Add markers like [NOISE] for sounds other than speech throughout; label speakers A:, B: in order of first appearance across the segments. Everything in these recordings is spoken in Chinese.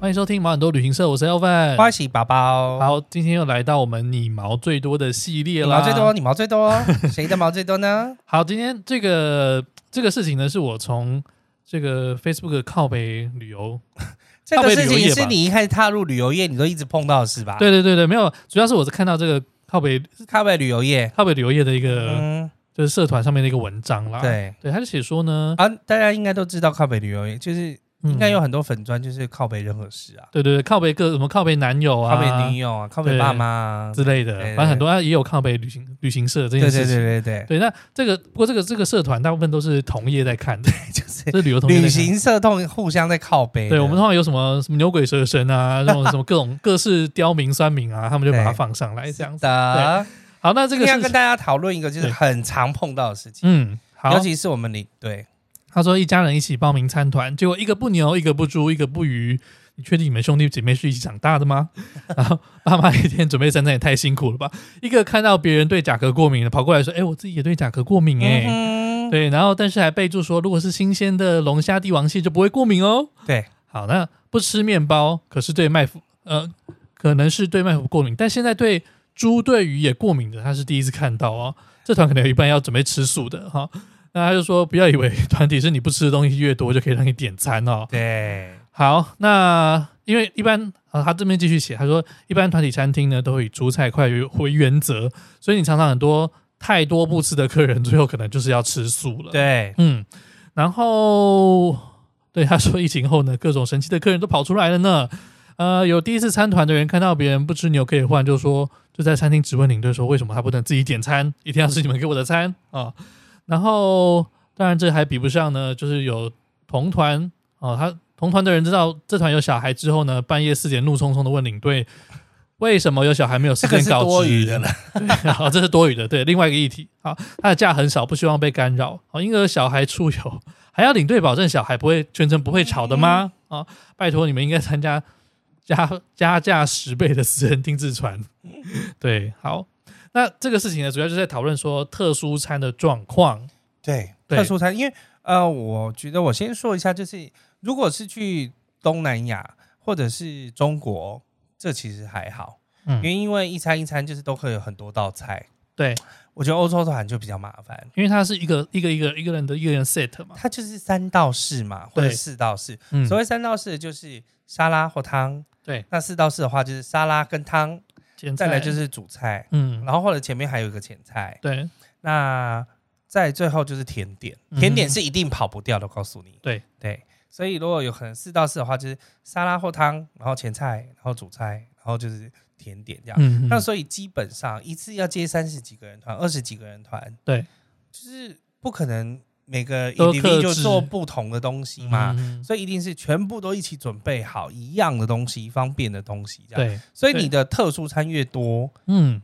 A: 欢迎收听毛很多旅行社，我是 Elvin。
B: 欢喜宝宝，
A: 好，今天又来到我们你毛最多的系列
B: 你
A: 啦。
B: 毛最多，你毛最多，
A: [LAUGHS]
B: 谁的毛最多呢？
A: 好，今天这个这个事情呢，是我从这个 Facebook 靠北旅游，
B: 这
A: 靠
B: 个事
A: 北旅游
B: 情
A: 业吧
B: 是你一开始踏入旅游业，你都一直碰到的是吧？，
A: 对对对对，没有，主要是我是看到这个靠北
B: 靠北旅游业，
A: 靠北旅游业的一个、
B: 嗯，
A: 就是社团上面的一个文章啦。
B: 对
A: 对，他就写说呢，
B: 啊，大家应该都知道靠北旅游业，就是
A: 嗯
B: 应该有很多粉砖，就是靠北任何事啊，
A: 对对对靠北各什么靠北男友啊，
B: 靠北女友啊，靠北
A: 对
B: 爸妈啊，
A: 之类的，
B: 对对
A: 反正很多啊也有靠北旅行旅行社这件
B: 对
A: 事
B: 对
A: 情。
B: 对对对，
A: 对那这个不过这个这个社团大部分都是同业在
B: [LAUGHS]
A: 看的，
B: 就是
A: 这是旅游同业在
B: 旅
A: 看
B: 行社同互相在靠北的，
A: 对我们通常有什么什么牛鬼蛇神啊，这种什么各种各式刁民酸民啊，他们就把它
B: 对
A: 放上来这样子。
B: 的。
A: 好，那这
B: 今
A: 个
B: 天要
A: 是
B: 跟大家讨论一个就是
A: 对
B: 很常碰到的事情，
A: 嗯好
B: 尤。其是我们领队，
A: 他说一家人一起报名参团，结果一个不牛，一个不猪，一个不鱼。你确定你们兄弟姐妹是一起长大的
B: [LAUGHS]
A: 吗？然后爸妈一天准备三餐也太辛苦了吧！一个看到别人对甲壳过敏的，跑过来说：“哎、我自己也对甲壳过敏哎、
B: 嗯哼，
A: 对，然后但是还备注说，如果是新鲜的龙虾、帝王蟹就不会过敏哦。
B: 对，
A: 好，那不吃面包，可是对麦麸，呃，可能是对麦麸过敏，但现在对猪、对鱼也过敏的，他是第一次看到哦。这团可能有一半要准备吃素的哈、那他就说，不要以为团体是你不吃的东西越多就可以让你点餐哦。
B: 对，
A: 好，那因为一般啊，他这边继续写，他说一般团体餐厅呢都会以主菜快为为原则，所以你常常很多太多不吃的客人，最后可能就是要吃素了。
B: 对，
A: 嗯，然后对他说，疫情后呢，各种神奇的客人都跑出来了呢。呃，有第一次参团的人看到别人不吃牛可以换，就说就在餐厅质问领队说，为什么他不能自己点餐，一定要吃你们给我的餐啊、然后当然这还比不上呢，就是有同团啊、他同团的人知道这团有小孩之后呢，半夜四点怒冲冲的问领队。为什么有小孩没有时
B: 这个
A: 间
B: 是
A: 告知？
B: 多余的了，
A: 好，这是多余的，对，另外一个议题。好，他的假很少，不希望被干扰。好，因而小孩出游还要领队保证小孩不会全程不会吵的吗？啊、拜托你们应该参加加加价十倍的私人定制船。对，好，那这个事情呢，主要就是在讨论说特殊餐的状况。
B: 对，
A: 对
B: 特殊餐，因为呃，我觉得我先说一下，就是如果是去东南亚或者是中国，这其实还好，因
A: 嗯，
B: 为因为一餐一餐就是都会有很多道菜，
A: 对，
B: 我觉得欧洲团就比较麻烦。
A: 因为它是一个一个一个一个人的一个人 set 嘛。
B: 它就是三道式嘛，或者
A: 对
B: 四道式。
A: 嗯，
B: 所
A: 以
B: 谓三道式就是沙拉或汤，
A: 对。
B: 那四道式的话就是沙拉跟汤，再来就是主菜，
A: 嗯，
B: 然后或者前面还有一个前菜，
A: 对
B: 那在最后就是甜点，
A: 嗯
B: 甜点是一定跑不掉的，我告诉你。
A: 对
B: 对，所以如果有可能四到四的话，就是沙拉或汤，然后前菜，然后主菜，然后就是甜点这样。
A: 嗯，嗯
B: 那所以基本上一次要接三十几个人团，二十几个人团，
A: 对，
B: 就是不可能每个
A: 都克
B: individual 就
A: 制
B: 做不同的东西嘛。
A: 嗯
B: 所以一定是全部都一起准备好一样的东西，方便的东西这样。
A: 对，
B: 所以你的特殊餐越多，
A: 嗯，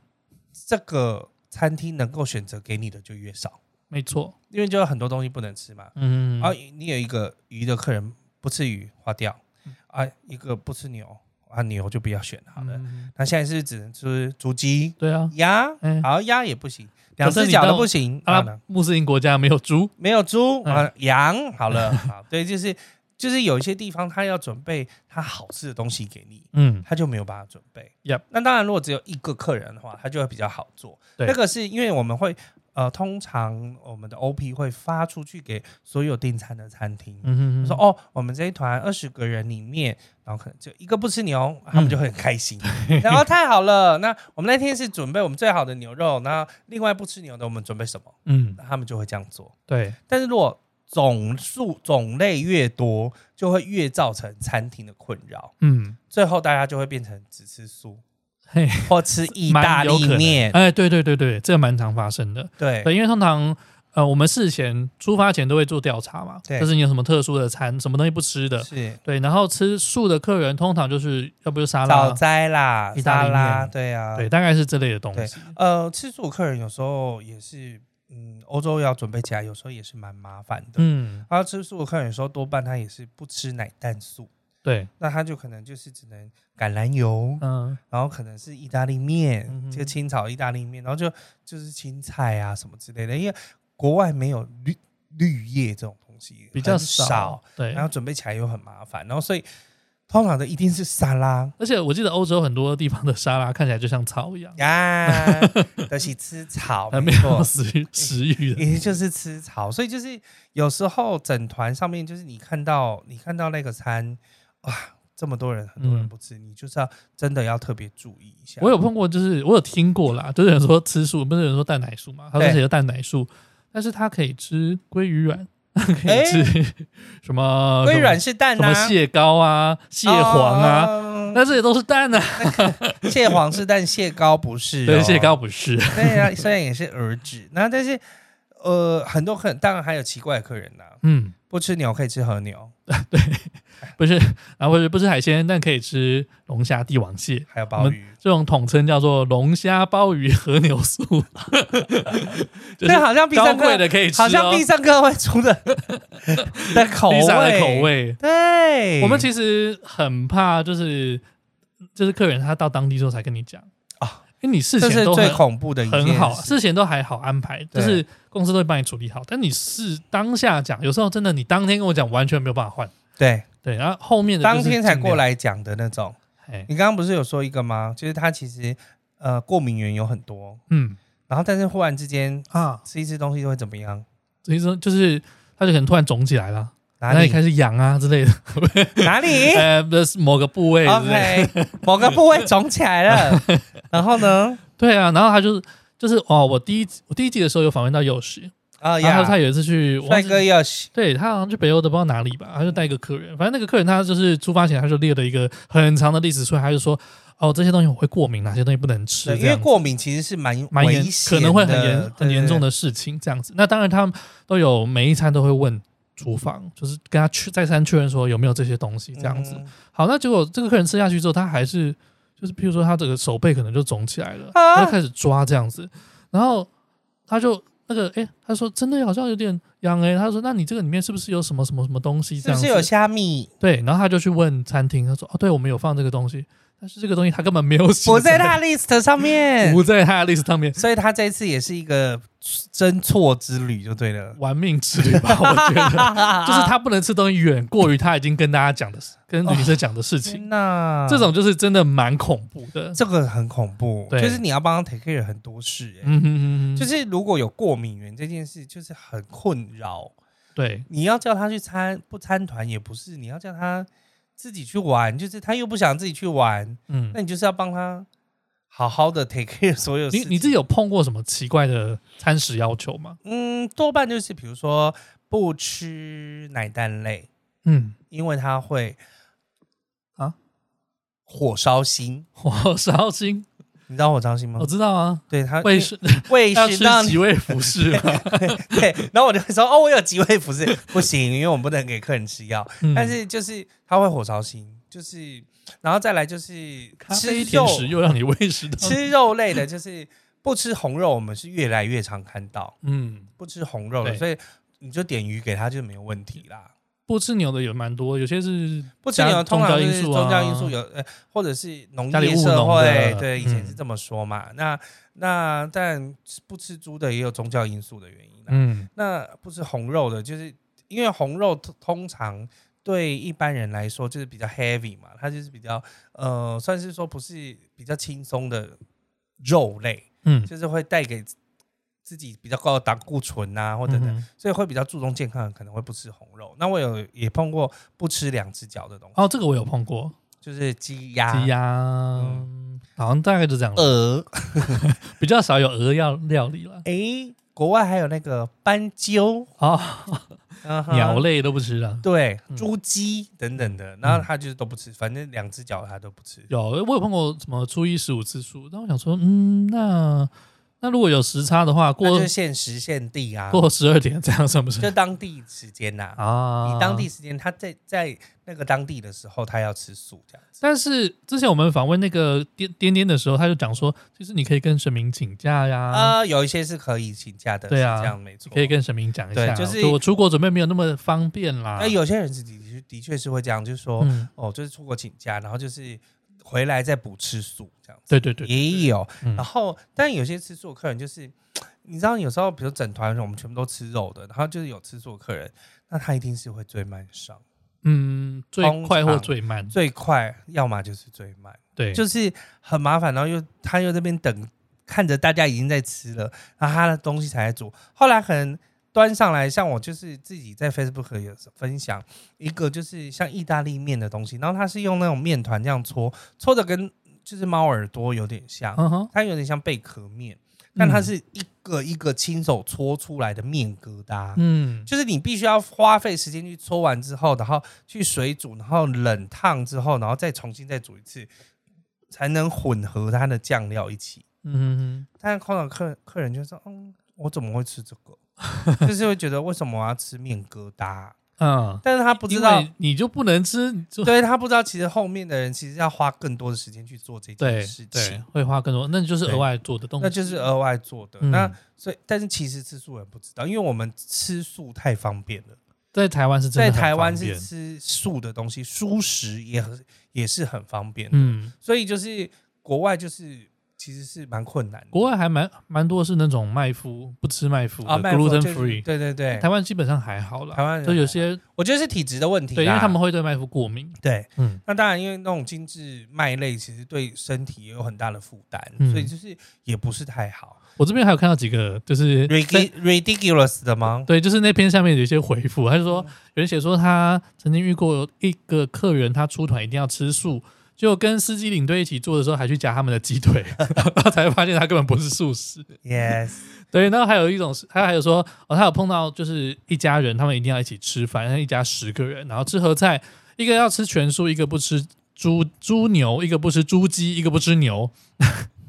B: 这个餐厅能够选择给你的就越少，
A: 没错，
B: 因为就有很多东西不能吃嘛。
A: 嗯，
B: 啊，你有一个鱼的客人不吃鱼，划掉
A: 嗯
B: 啊；一个不吃牛，啊牛就不要选好了。
A: 嗯
B: 那现在是只能吃猪鸡、
A: 对啊，
B: 鸭，
A: 嗯
B: 好鸭也不行，两
A: 可是
B: 只
A: 你
B: 脚
A: 到
B: 都不行，
A: 阿
B: 啊，
A: 拉穆斯林国家没有猪，
B: 没有猪
A: 嗯
B: 啊羊
A: [LAUGHS]
B: 好了，好对，就是就是有一些地方他要准备他好吃的东西给你，
A: 嗯，
B: 他就没有办法准备。
A: Yep
B: 那当然，如果只有一个客人的话，他就会比较好做。
A: 对
B: 那个是因为我们会呃，通常我们的 OP 会发出去给所有订餐的餐厅，
A: 嗯
B: 说哦，我们这一团二十个人里面，然后可能就一个不吃牛，
A: 嗯
B: 他们就会很
A: [LAUGHS]
B: 开心。然后太好了，那我们那天是准备我们最好的牛肉，那另外不吃牛的我们准备什么，
A: 嗯，
B: 那他们就会这样做。
A: 对，
B: 但是如果总数种类越多，就会越造成餐厅的困扰。
A: 嗯，
B: 最后大家就会变成只吃素
A: 嘿，
B: [LAUGHS]
A: [LAUGHS]
B: 或吃意大利面。
A: 哎，对对对对，这个蛮常发生的，
B: 对
A: 对，因为通常。呃，我们事前出发前都会做调查嘛，
B: 对
A: 就是你有什么特殊的餐，什么东西不吃的，
B: 是
A: 对，然后吃素的客人通常就是要不就沙
B: 早
A: 拉，
B: 斋啦，
A: 意大
B: 沙
A: 利
B: 拉，
A: 面
B: 对啊，
A: 对，大概是这类的东
B: 对
A: 西，
B: 呃，吃素客人有时候也是，嗯，欧洲要准备起来，有时候也是蛮麻烦的。
A: 嗯，
B: 然后吃素的客人有时候多半他也是不吃奶蛋素，
A: 对，
B: 那他就可能就是只能橄榄油，
A: 嗯，
B: 然后可能是意大利面，
A: 嗯哼
B: 这个清炒意大利面，然后就就是青菜啊什么之类的，因为国外没有绿绿叶这种东西，
A: 比较
B: 很少，，
A: 对
B: 然，后准备起来又很麻烦，然后所以通常的一定是沙拉。
A: 而且我记得欧洲很多地方的沙拉看起来就像草一样， [LAUGHS]
B: 呀，啊都是吃草，
A: 呃，
B: 没
A: 没
B: 错
A: 有，食欲食欲
B: [LAUGHS]
A: 的，
B: 也就是吃草，所以就是有时候整团上面就是你看到你看到那个餐，哇，这么多人，很多人
A: 嗯
B: 不吃，你就是要真的要特别注意一下。
A: 我有碰过，就是我有听过啦，就是有人说吃素，不是有人说蛋奶素嘛？他说
B: 对
A: 谁叫蛋奶素？但是他可以吃鲑鱼卵， [LAUGHS] 可
B: 哎
A: 以吃什么
B: 微软是蛋
A: 什
B: 啊，
A: 么蟹膏啊、蟹黄啊，
B: 哦
A: [LAUGHS] 那这些都是蛋啊。
B: 蟹黄是蛋，蟹膏不是、哦，
A: 对，蟹膏不是。
B: 对啊，虽然也是儿子，那但是呃，很多客人当然还有奇怪的客人呐、
A: 嗯，
B: 不吃牛可以吃和牛，
A: 不是，然后或者不吃海鲜，但可以吃龙虾、帝王蟹。
B: 还有
A: 我
B: 鲍
A: 们
B: 鱼。
A: 这种统称叫做龙虾、鲍鱼、和牛
B: [LAUGHS]
A: 素，就是
B: 这好像必
A: 高
B: 胜
A: 贵
B: 客，
A: 的可以吃、哦，
B: 好像必胜客会出的的口
A: Lisa 的
B: 味，嗯
A: 口味。
B: 对，
A: 我们其实很怕，就是就是客人他到当地之后才跟你讲
B: 啊
A: 啊，因为你事
B: 这
A: 前
B: 是
A: 都
B: 最
A: 很
B: 恐怖的一件
A: 很好，
B: 事
A: 事前都还好安排，就
B: 对
A: 是公司都会帮你处理好。但你是当下讲，有时候真的你当天跟我讲，完全没有办法换。
B: 对，
A: 对，然后后面的就是
B: 当天才过
A: 尽量，
B: 来讲的那种。
A: 哎，
B: 你刚刚不是有说一个吗？就是他其实呃过敏源有很多，
A: 嗯
B: 然后但是忽然之间
A: 啊，
B: 吃一吃东西就会怎么样？
A: 所以说就是他就可能突然肿起来了，
B: 哪
A: 那里
B: 里
A: 开始痒啊之类
B: [LAUGHS]
A: 的，
B: 哪里
A: 呃，不是某个部位
B: 啊
A: 之类的。
B: ？OK，某个部位肿起来了，然后呢？
A: 对啊，然后他就是就是哦，我第一我第一集的时候有访问到幼师，
B: 啊
A: 然后他
B: 呀，
A: 有一次去我忘
B: 帅
A: 记
B: 哥要洗
A: 对他好像去北欧的不知道哪里吧，他就带一个客人，反正那个客人他就是出发前他就列了一个很长的历史出来，他就说哦这些东西我会过敏，哪些东西不能吃，
B: 对因
A: 这
B: 为
A: 样子
B: 过敏其实是蛮
A: 蛮
B: 危
A: 严，
B: 险
A: 可能会很
B: 的
A: 严很严重。的事情这样子。那当然他们都有每一餐都会问厨房，就是跟他去再三确认说有没有这些东西
B: 对对
A: 这样子。
B: 嗯
A: 好，那结果这个客人吃下去之后，他还是就是，譬如说他这个手背可能就肿起来了，
B: 啊
A: 他就开始抓这样子，然后他就那个，哎、他说真的好像有点痒哎、他说那你这个里面是不是有什么什么什么东西这
B: 是不
A: 样子？
B: 是有虾米？
A: 对，然后他就去问餐厅，他说哦，对，我们有放这个东西，但是这个东西他根本没有写，
B: 不在他 list
A: [LAUGHS]
B: 上面，
A: 不在他的 list 上面，
B: 所以他这次也是一个真错之旅，就对了。
A: 玩命之旅
B: [LAUGHS]
A: 吧，我觉得。就是他不能吃东西远过于他已经跟大家讲的事，跟旅行社讲的事
B: [LAUGHS] 嗯
A: 情，
B: 那
A: 这种就是真的蛮恐怖的。
B: 这个很恐怖，
A: 对
B: 就是你要帮他 take care 很多事、欸，
A: 嗯哼哼哼，
B: 就是如果有过敏源这件事，就是很困扰。
A: 对，
B: 你要叫他去参不参团也不是，你要叫他自己去玩，就是他又不想自己去玩，
A: 嗯
B: 那，你就是要帮他好好的 take care 所有事
A: 你
B: 情。
A: 你自己有碰过什么奇怪的餐食要求吗？
B: 嗯，多半就是比如说不吃奶蛋类，
A: 嗯，
B: 因为它会
A: 啊
B: 火烧心，
A: [LAUGHS] 火烧心，
B: 你知道火烧心吗
A: 我？知道啊，
B: 对它
A: 胃是
B: 胃
A: 要
B: 食
A: 吃
B: 道
A: 几位服饰
B: [LAUGHS]
A: 嘛，
B: 对，然后我就会说哦，我有几位不是不行，因为我们不能给客人吃药，
A: 嗯
B: 但是就是它会火烧心，就是然后再来就是
A: 咖
B: 吃
A: 啡
B: 肉
A: 甜食又让你胃食道，
B: 吃肉类的，就是不吃红肉，我们是越来越常看到
A: 嗯，
B: 不吃红肉的，
A: 对
B: 所以你就点鱼给他就没有问题啦。
A: 不吃牛的有蛮多，有些是
B: 不吃牛
A: 加
B: 通常
A: 宗教
B: 就
A: 因
B: 是
A: 素啊
B: 宗教因素有，呃，或者是农
A: 家里
B: 业
A: 务
B: 社
A: 农
B: 会，
A: 的
B: 对，
A: 嗯
B: 以前是这么说嘛。那那但不吃猪的也有宗教因素的原因啦、啊
A: 嗯
B: 那不吃红肉的，就是因为红肉通通常对一般人来说就是比较 heavy 嘛，它就是比较呃，算是说不是比较轻松的肉类，
A: 嗯，
B: 就是会带给自己比较高的胆固醇啊，
A: 或
B: 或者等，所以会比较注重健康，可能会不吃红肉。那我有也碰过不吃两只脚的东西。
A: 哦，这个我有碰过，
B: 就是鸡鸭、
A: 鸡鸭，
B: 嗯
A: 好像大概就这样了，
B: 鹅。
A: 比较少有鹅要料理了。
B: 诶，国外还有那个斑鸠、
A: 哦，
B: 嗯哼
A: 鸟，类都不吃了。
B: 对，
A: 嗯
B: 猪鸡等等的。然后他就是都不吃，反正两只脚他都不吃。
A: 有，我有碰过什么初一十五吃素，但我想说，嗯，那那如果有时差的话，
B: 那就
A: 过
B: 是限时限地啊，
A: 过十二点这样算不？
B: [LAUGHS] 就是当地时间呐、
A: 啊，
B: 你当地时间，他在在那个当地的时候，他要吃素这样子。
A: 但是之前我们访问那个颠颠颠的时候，他就讲说，其实你可以跟神明请假呀，
B: 啊、有一些是可以请假的，
A: 对啊
B: 是这样没错。
A: 可以跟神明讲一下，啊
B: 对就是哎
A: 我出国准备没有那么方便啦。
B: 那有些人是的确的确是会这样，就是说、
A: 嗯，
B: 哦，就是出国请假，然后就是回来再补吃素这样子。
A: 对对对，
B: 也有，
A: 嗯
B: 然后但有些吃素的客人就是，你知道有时候比如整团人我们全部都吃肉的，然后就是有吃素的客人，那他一定是会最慢上，
A: 嗯，最
B: 通
A: 快或
B: 常
A: 最慢，
B: 最快要么就是最慢，
A: 对，
B: 就是很麻烦，然后又他又这边等，看着大家已经在吃了，然后他的东西才在煮，后来可能端上来，像我就是自己在 Facebook 有分享一个就是像意大利面的东西，然后他是用那种面团这样搓，搓的跟就是猫耳朵有点像，
A: 嗯哼，
B: 它有点像贝壳面，但它
A: 嗯
B: 是一个一个亲手搓出来的面疙瘩。
A: 嗯，
B: 就是你必须要花费时间去搓完之后，然后去水煮，然后冷烫之后，然后再重新再煮一次，才能混合它的酱料一起。
A: 嗯
B: 但是通常客客人就说：“嗯，我怎么会吃这
A: [LAUGHS]
B: 个？”就是会觉得为什么我要吃面疙瘩？
A: 嗯，
B: 但是他不
A: 不
B: 知道，
A: 你就不能吃，就
B: 对他不知道，其实后面的人其实要花更多的时间去做这件
A: 对
B: 事
A: 对
B: 情，，
A: 会花更多，那就是额
B: 对
A: 外做的动
B: 那
A: 作。
B: 就是额外做的。
A: 嗯
B: 那所以，但是其实吃素人不知道，因为我们吃素太方便了，
A: 在台湾是真
B: 在
A: 的很
B: 台湾
A: 方便
B: 是吃素的东西，素食也很也是很方便的。
A: 嗯，
B: 所以就是国外就是其实是蛮困难的。
A: 国外还蛮蛮多是那种麦麸不吃麦麸的
B: 啊麦麸就
A: gluten
B: 是
A: free，
B: 对对对
A: 台，湾基本上还好啦，
B: 台湾人
A: 就有
B: 还
A: 些
B: 我觉得是啊体质的问题啦。
A: 对，因为他们会对麦麸过敏。
B: 对，
A: 嗯
B: 那当然因为那种精致麦类其实对身体也有很大的负担，
A: 嗯
B: 所以就是也不是太好。
A: 我这边还有看到几个，就是在
B: Ridic- ridiculous 的吗？
A: 对，就是那篇下面有一些回复，他就
B: 嗯
A: 说有人写说他曾经遇过一个客人，他出团一定要吃素，就跟司机领队一起做的时候还去夹他们的鸡腿， [LAUGHS] 然后才发现他根本不是素食。
B: Yes，
A: 对，然后还有一种是，他还有说哦，他有碰到就是一家人，他们一定要一起吃饭，一家十个人，然后吃合菜，一个要吃全素，一个不吃猪猪牛，一个不吃猪鸡，一个不吃牛。 [LAUGHS]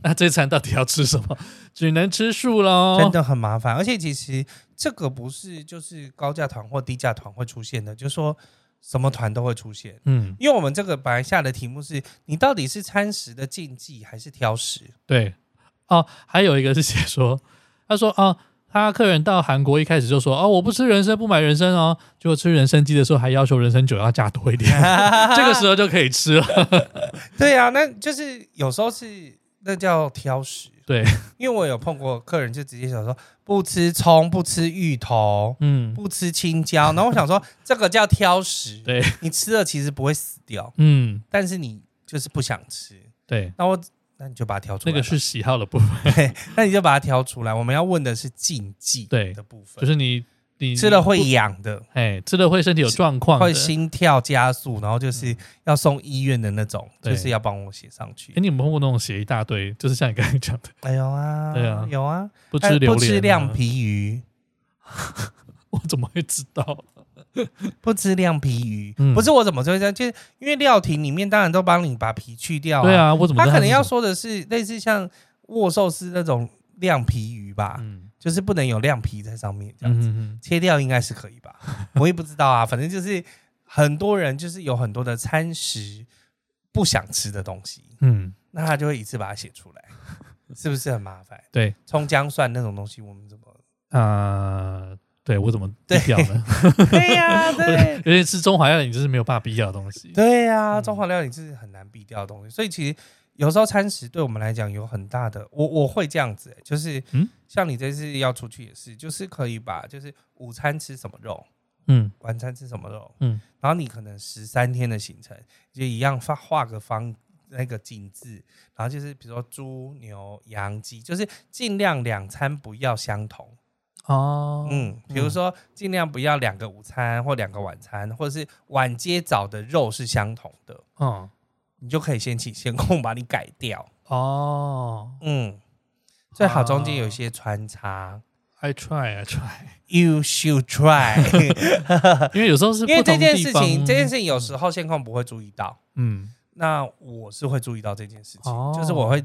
A: 那这餐到底要吃什么？只能吃素喽。
B: 真的很麻烦。而且其实这个不是就是高价团或低价团会出现的，就是说什么团都会出现。
A: 嗯，
B: 因为我们这个本来下的题目是你到底是餐食的禁忌还是挑食？
A: 对，哦，还有一个是写说，他说哦，他客人到韩国一开始就说哦，我不吃人参，不买人参哦，结果吃人参鸡的时候还要求人参酒要加多一
B: [LAUGHS]
A: 点，这个时候就可以吃了。
B: 对啊，那就是有时候是那叫挑食，
A: 对，
B: 因为我有碰过客人就直接想说不吃葱、不吃芋头、
A: 嗯
B: 不吃青椒，然后我想说这个叫挑食，
A: [LAUGHS] 对，
B: 你吃了其实不会死掉，
A: 嗯，
B: 但是你就是不想吃，
A: 对，
B: 那我那你就把它挑出
A: 那
B: 来吧，
A: 个是喜好的部分，
B: 那你就把它挑出来。我们要问的是禁忌
A: 对
B: 的部分，
A: 就是你你
B: 吃了会痒的。
A: 哎，吃了会身体有状况的，
B: 会心跳加速，然后就是要送医院的那种，
A: 嗯对
B: 就是要帮我写上去
A: 哎，。你有没有碰过那种写一大堆，就是像你刚才讲
B: [LAUGHS]
A: 的，
B: 哎呦啊，
A: 对啊
B: 有啊，
A: 不
B: 哎
A: 吃榴莲、
B: 不吃亮，皮鱼，
A: [LAUGHS] 我怎么会知道？
B: 不吃亮皮鱼，
A: 嗯
B: 不是我怎么会这样？就是因为料亭里面当然都帮你把皮去掉、
A: 对，啊，我怎么
B: 哦他
A: 知道
B: 可能要
A: 是什
B: 说的是类似像握寿司那种亮皮鱼吧，
A: 么嗯
B: 就是不能有亮皮在上面这样
A: 嗯
B: 子，
A: 嗯
B: 切掉应该是可
A: [LAUGHS]
B: 以吧？我也不知道啊，反正就是很多人就是有很多的餐食不想吃的东西。
A: 嗯，
B: 那他就会一次把它写
A: [LAUGHS]
B: 出来，是不是很麻烦？
A: 对，
B: 葱姜蒜那种东西，我们
A: [LAUGHS]
B: 怎么？
A: 啊，对我怎么低
B: 对
A: 调呢？
B: 对呀、
A: [LAUGHS]
B: [LAUGHS] 对
A: 有点是中华料理，你就是没有办法必要的东西。
B: 对呀、
A: 嗯
B: 中华料理是很难避掉的东西，所以其实有时候餐食对我们来讲有很大的，我我会这样子、欸就是
A: 嗯
B: 像你这次要出去也是，就是可以把就是午餐吃什么肉，
A: 嗯
B: 晚餐吃什么肉，
A: 嗯，
B: 然后你可能十三天的行程就一样画画个方那个景致，然后就是比如说猪牛羊鸡，就是尽量两餐不要相同。
A: 哦，
B: 嗯，比如说尽量不要两个午餐或两个晚餐，或者是晚接早的肉是相同的，
A: 嗯
B: 你就可以先请先控把你改掉。
A: 哦
B: 嗯，最好中间
A: 啊
B: 有一些穿
A: 哦
B: 插。
A: ，I try I
B: [LAUGHS]
A: try，
B: You
A: [LAUGHS]
B: should try，
A: 因为有时候是
B: 因为
A: 不同
B: 这件事
A: 地方
B: 情，这件事情有时候线控不会注意到，
A: 嗯
B: 那我是会注意到这件事情，
A: 哦
B: 就是我会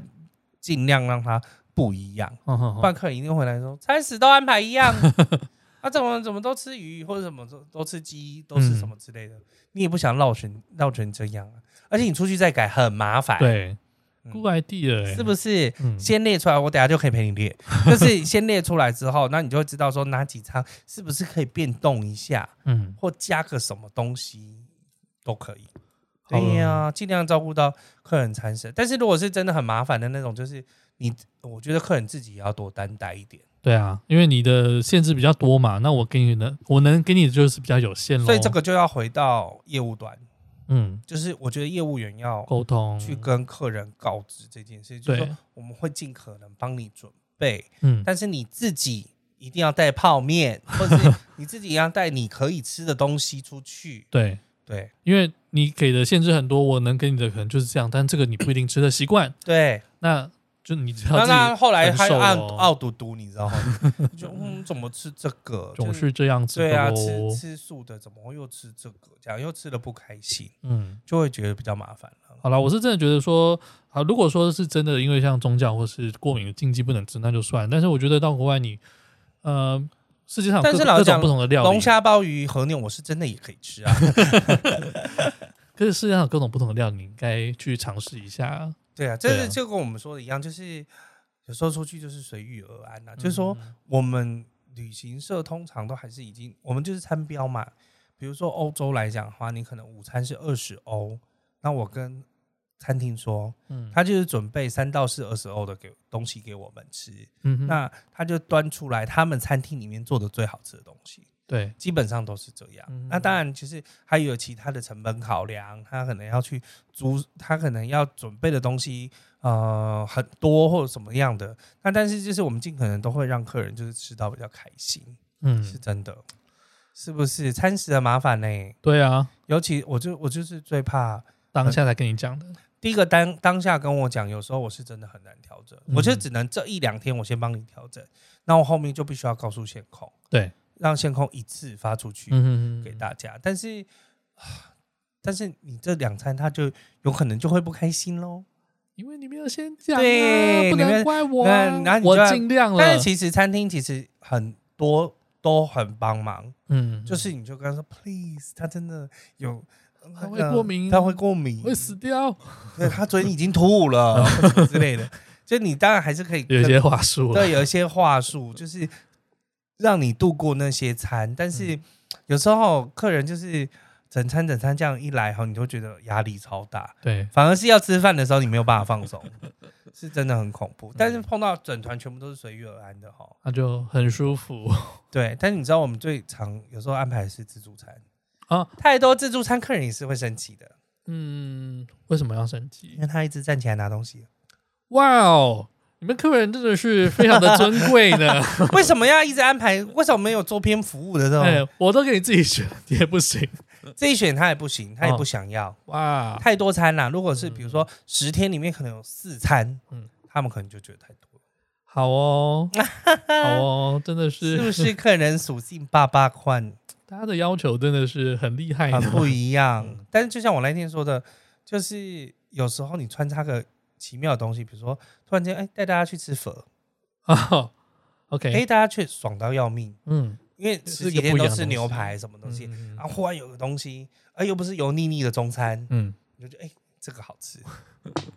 B: 尽量让它不一样。
A: 嗯哼
B: 不
A: 哼
B: 然客人一定会来说，餐食都安排一样， [LAUGHS] 啊，怎么怎么都吃鱼或者什么都都吃鸡，都吃什么之
A: 嗯
B: 类的，你也不想绕成绕成这样啊。而且你出去再改很麻烦，，
A: 对
B: 嗯
A: ，Good idea，欸
B: 是不是？
A: 嗯
B: 先列出来，我等下就可以陪你
A: [LAUGHS]
B: 列。就是先列出来之后，那你就会知道说哪几餐是不是可以变动一下，
A: 嗯，
B: 或加个什么东西都可以。
A: 好
B: 对哎呀、尽量照顾到客人餐食。但是如果是真的很麻烦的那种，就是你，我觉得客人自己也要多担待一点。
A: 对啊，因为你的限制比较多嘛，那我给你的，我能给你的就是哦比较有限咯。
B: 所以这个就要回到业务端，
A: 嗯，
B: 就是我觉得业务员要
A: 沟通
B: 去跟客人告知这件事，就是
A: 对
B: 说我们会尽可能帮你准备，
A: 嗯，
B: 但是你自己一定要带泡面，或者是
A: [LAUGHS]
B: 你自己要带你可以吃的东西出去。
A: 对，
B: 对
A: 因为你给的限制很多，我能给你的可能就是这样，但这个你不一定吃得习惯，
B: 对，
A: 那就你知道
B: 那
A: 自
B: 那
A: 己哦
B: 后来他
A: 承受
B: 按
A: 咯
B: 奥嘟嘟，你知道吗？ [LAUGHS] 就嗯，怎么吃这个？
A: [LAUGHS] 总
B: 就是
A: 是这样子
B: 对
A: 的
B: 啊，
A: 咯。
B: 吃吃素的怎么会又吃这个？这样又吃的不开心，
A: 嗯，
B: 就会觉得比较麻烦了。
A: 好了，我是真的觉得说，啊，如果说是真的，因为像宗教或是过敏禁忌不能吃，那就算。但是我觉得到国外你，呃，世界上有
B: 但
A: 各
B: 是
A: 种
B: 老
A: 各
B: 实
A: 种
B: 讲
A: 不同的料理，啊
B: 龙虾、鲍鱼、和牛，我是真的也可以
A: [LAUGHS]
B: 吃啊。
A: 可是世界上有各种不同的料理，你应该去尝试一下。
B: 对啊，这
A: 对啊
B: 是就跟我们说的一样，就是有时候出去就是随遇而安呐、
A: 嗯
B: 就是说，我们旅行社通常都还是已经，我们就是参标嘛。比如说欧洲来讲的话，你可能午餐是二十欧，那我跟餐厅说，
A: 嗯
B: 他就是准备三到四二十欧的给东西给我们吃，
A: 嗯哼，
B: 那他就端出来他们餐厅里面做的最好吃的东西。
A: 对，
B: 基本上都是这样。
A: 嗯
B: 那当然，其实还有其他的成本考量，他可能要去租，他可能要准备的东西，呃，很多或者什么样的。那但是就是我们尽可能都会让客人就是吃到比较开心，是
A: 嗯，
B: 真的，是不是？餐食的麻烦呢、
A: 对啊，
B: 尤其我就我就是最怕
A: 当下才跟你讲的，
B: 第一个当当下跟我讲，有时候我是真的很难调整，
A: 嗯
B: 我就只能这一两天我先帮你调整，那我后面就必须要告诉线控，
A: 对，
B: 让线控一次发出去，
A: 嗯哼
B: 给大家。但是，啊但是你这两餐他就有可能就会不开心喽。
A: 因为你没有先讲、啊，
B: 对
A: 不
B: 你
A: 能
B: 们
A: 怪我、
B: 那
A: 啊
B: 那，你就
A: 我
B: 要
A: 尽量了。
B: 但是其实餐厅其实很多都很帮忙，
A: 嗯，
B: 就是你就跟他说，please，他真的有。
A: 他会
B: 那个
A: 过敏
B: 他会过敏，
A: 会死掉，
B: 对，他昨天已经吐了或什么 [LAUGHS] 之类的。就你当然还是可以
A: 有
B: 跟，
A: 一些话术啊了。
B: 对，有一些话术，就是让你度过那些餐。但是
A: 嗯
B: 有时候客人就是整餐整餐这样一来哈，你就觉得压力超大。
A: 对，
B: 反而是要吃饭的时候你没有办法放松，是真的很恐怖。但
A: 嗯
B: 是碰到整团全部都是随遇而安的哈，
A: 那就很舒服
B: 对。但是你知道我们最常有时候安排的是自助餐
A: 啊。
B: 太多自助餐客人也是会生气的，
A: 嗯，为什么要生
B: 因
A: 气？
B: 为他一直站起来拿东
A: [LAUGHS]
B: 西，
A: 哇哦，你们客人真的是非常的尊贵
B: [LAUGHS]
A: 呢。
B: 为什么要一直安排？为什么没有周边服务的这
A: 哎
B: 种？，
A: 我都给你自己选，你也不行。
B: 自己选他也不行，他也
A: 哦
B: 不想要。
A: 哇，
B: 太多餐啦。如果是比如说十天里面可能有四餐，
A: 嗯
B: 嗯，他们可能就觉得太多了，
A: 好
B: [LAUGHS]
A: 哦，好哦，真的
B: 是
A: 是
B: 不是？客人属性爸
A: [LAUGHS]
B: 爸款
A: 大家的要求真的是很厉害
B: 很
A: 呢。
B: 不一
A: 嗯
B: 样。但是就像我那天说的，就是有时候你穿插个奇妙的东西，比如说突然间哎带大家去吃粉，
A: [LAUGHS] 哦
B: 哎
A: OK，
B: 大家却爽到要命，
A: 嗯，
B: 因为
A: 是
B: 十
A: 一
B: 几
A: 个
B: 天
A: 不一
B: 都
A: 样的
B: 吃
A: 东
B: 牛
A: 西
B: 排什么东西，
A: 嗯
B: 啊忽然有个东西，哎又不是油腻腻的中餐，
A: 嗯，
B: 你就觉得哎这个好吃，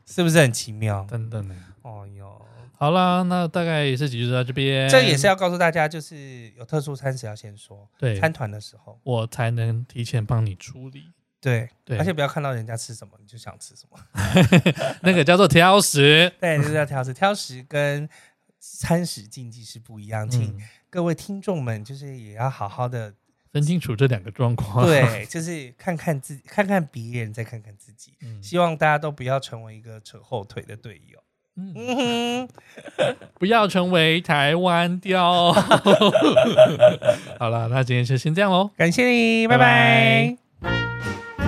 B: 是不是很奇妙？
A: 等等呢。
B: 哦哟，
A: 好啦，那大概这集就到这边。
B: 这也是要告诉大家，就是有特殊餐食要先说，
A: 对，
B: 参团的时候，
A: 我才能提前帮你处理。
B: 对，
A: 对，
B: 而且不要看到人家吃什么你就想吃什么。 [LAUGHS]
A: 那个叫做挑食。
B: 对，就是要挑食，挑食跟餐食禁忌是不一样，请
A: 嗯，
B: 各位听众们就是也要好好
A: [LAUGHS]
B: 的，
A: 分清楚这两个状况。，
B: 对，就是看看自己，看看别人，再看看自己。
A: 嗯
B: 希望大家都不要成为一个扯后腿的队友。
A: 嗯，
B: 嗯哼，
A: 不要成为台湾 [LAUGHS] 雕。好了，那今天就先这样喽。
B: 感谢你，
A: 拜
B: 拜
A: 拜
B: 拜